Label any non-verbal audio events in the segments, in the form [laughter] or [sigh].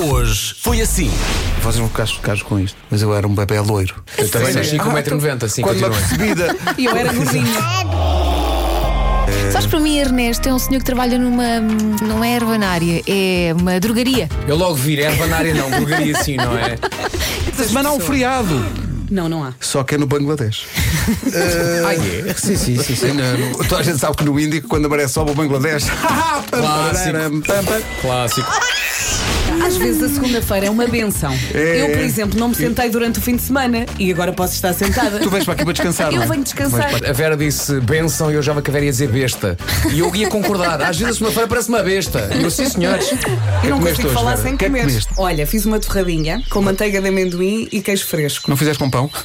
Hoje foi assim. Vocês vão ficar chocados com isto, mas eu era um bebê loiro. Eu também nasci com 1,90m, assim, Quando me continuem. apercebi [laughs] da. E eu era novinho. Sabes, para mim, Ernesto é um senhor que trabalha numa. hum, não é ervanária, é uma drogaria. Eu logo vi, é banária não, bulgaria assim, não é? Mas não, um feriado. Não, não há. Só que é no Bangladesh. Ah, é? Sim, sim, sim. sim. [laughs] toda a gente sabe que no Ah, Índico, quando aparece só o [laughs] Bangladesh. Clássico. Às vezes a segunda-feira é uma benção. É, eu, por é. exemplo, não me sentei durante o fim de semana e agora posso estar sentada. tu vens para aqui para descansar, Eu não é? venho descansar. Vens para- A Vera disse benção e eu já me queria dizer besta. E eu ia concordar. Às vezes a segunda-feira parece uma besta. E eu, sim, senhores. Eu não Comeste consigo hoje, falar Vera? sem Que é que comer. comeste? Olha, fiz uma torradinha com manteiga de amendoim e queijo fresco. Não fizeste com pão? [laughs]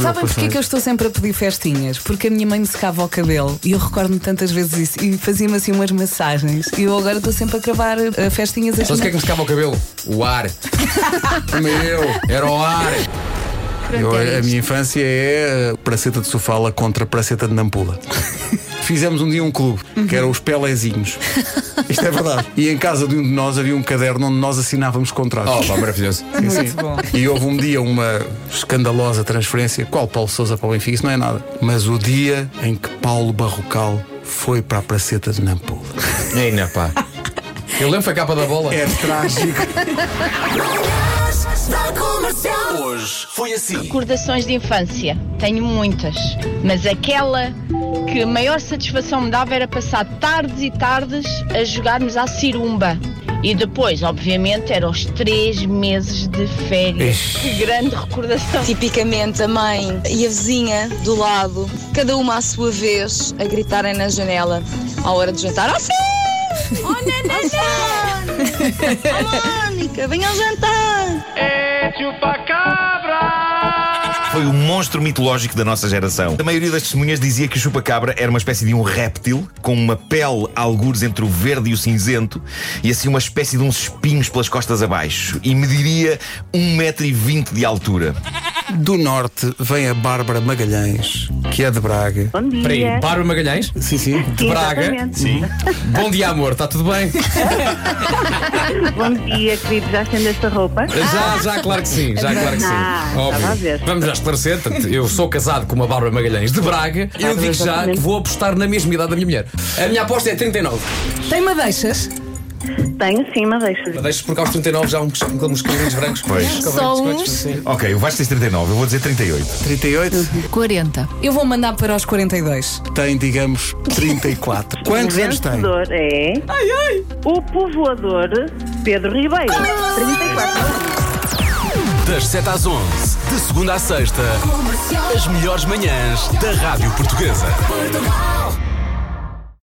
Sabem porque é que eu estou sempre a pedir festinhas? Porque a minha mãe me secava o cabelo e eu recordo-me tantas vezes isso e fazia-me assim umas massagens e eu agora estou sempre a cravar eh, festinhas Sabes o que é que me secava o cabelo? O ar. Meu! Era o ar. Eu, Pronto, é a isto. minha infância é uh, praceta de Sofala contra praceta de Nampula. Fizemos um dia um clube, que era os Pelezinhos. Isto é verdade. E em casa de um de nós havia um caderno onde nós assinávamos contratos. Oh, pá, maravilhoso. Sim, sim. Muito bom. E houve um dia uma escandalosa transferência, qual Paulo Sousa para o Benfica, isso não é nada. Mas o dia em que Paulo Barrocal foi para a praceta de Nampula. Ainda, pá. Eu lembro foi a capa da bola. É trágico. Hoje foi assim. Recordações de infância, tenho muitas, mas aquela que a maior satisfação me dava era passar tardes e tardes a jogarmos à cirumba. E depois, obviamente, eram os três meses de férias. Que grande recordação. Tipicamente a mãe e a vizinha do lado, cada uma à sua vez, a gritarem na janela à hora de jantar. Ó filho! Ó neném! Ó Mónica, venham jantar! Foi o monstro mitológico da nossa geração. A maioria das testemunhas dizia que o chupa-cabra era uma espécie de um réptil, com uma pele, algures entre o verde e o cinzento, e assim uma espécie de uns espinhos pelas costas abaixo, e mediria 1,20m de altura. Do norte vem a Bárbara Magalhães, que é de Braga. Bom dia. Peraí, Bárbara Magalhães, de Sim, sim. Braga. Exatamente. Bom dia, amor, está tudo bem? Bom dia, querido. Já estende esta roupa? Já, já, claro que sim, já, claro que sim. Ah, estava a ver. Vamos já esclarecer. portanto, Eu sou casado com uma Bárbara Magalhães de Braga. Eu digo já que vou apostar na mesma idade da minha mulher. A minha aposta é 39. Tem madeixas? Tenho sim, mas deixa. Mas Deixo porque aos 39 já há um uns, uns cabelinhos brancos. Pois. Só uns. Ok, o Vasco diz 39, eu vou dizer 38. 38 40. Eu vou mandar para os 42. tem, digamos, 34. Quantos anos tem? vencedor é. Ai, ai! O povoador Pedro Ribeiro. 34. Das 7 às 11, de segunda à sexta, as melhores manhãs da Rádio Portuguesa.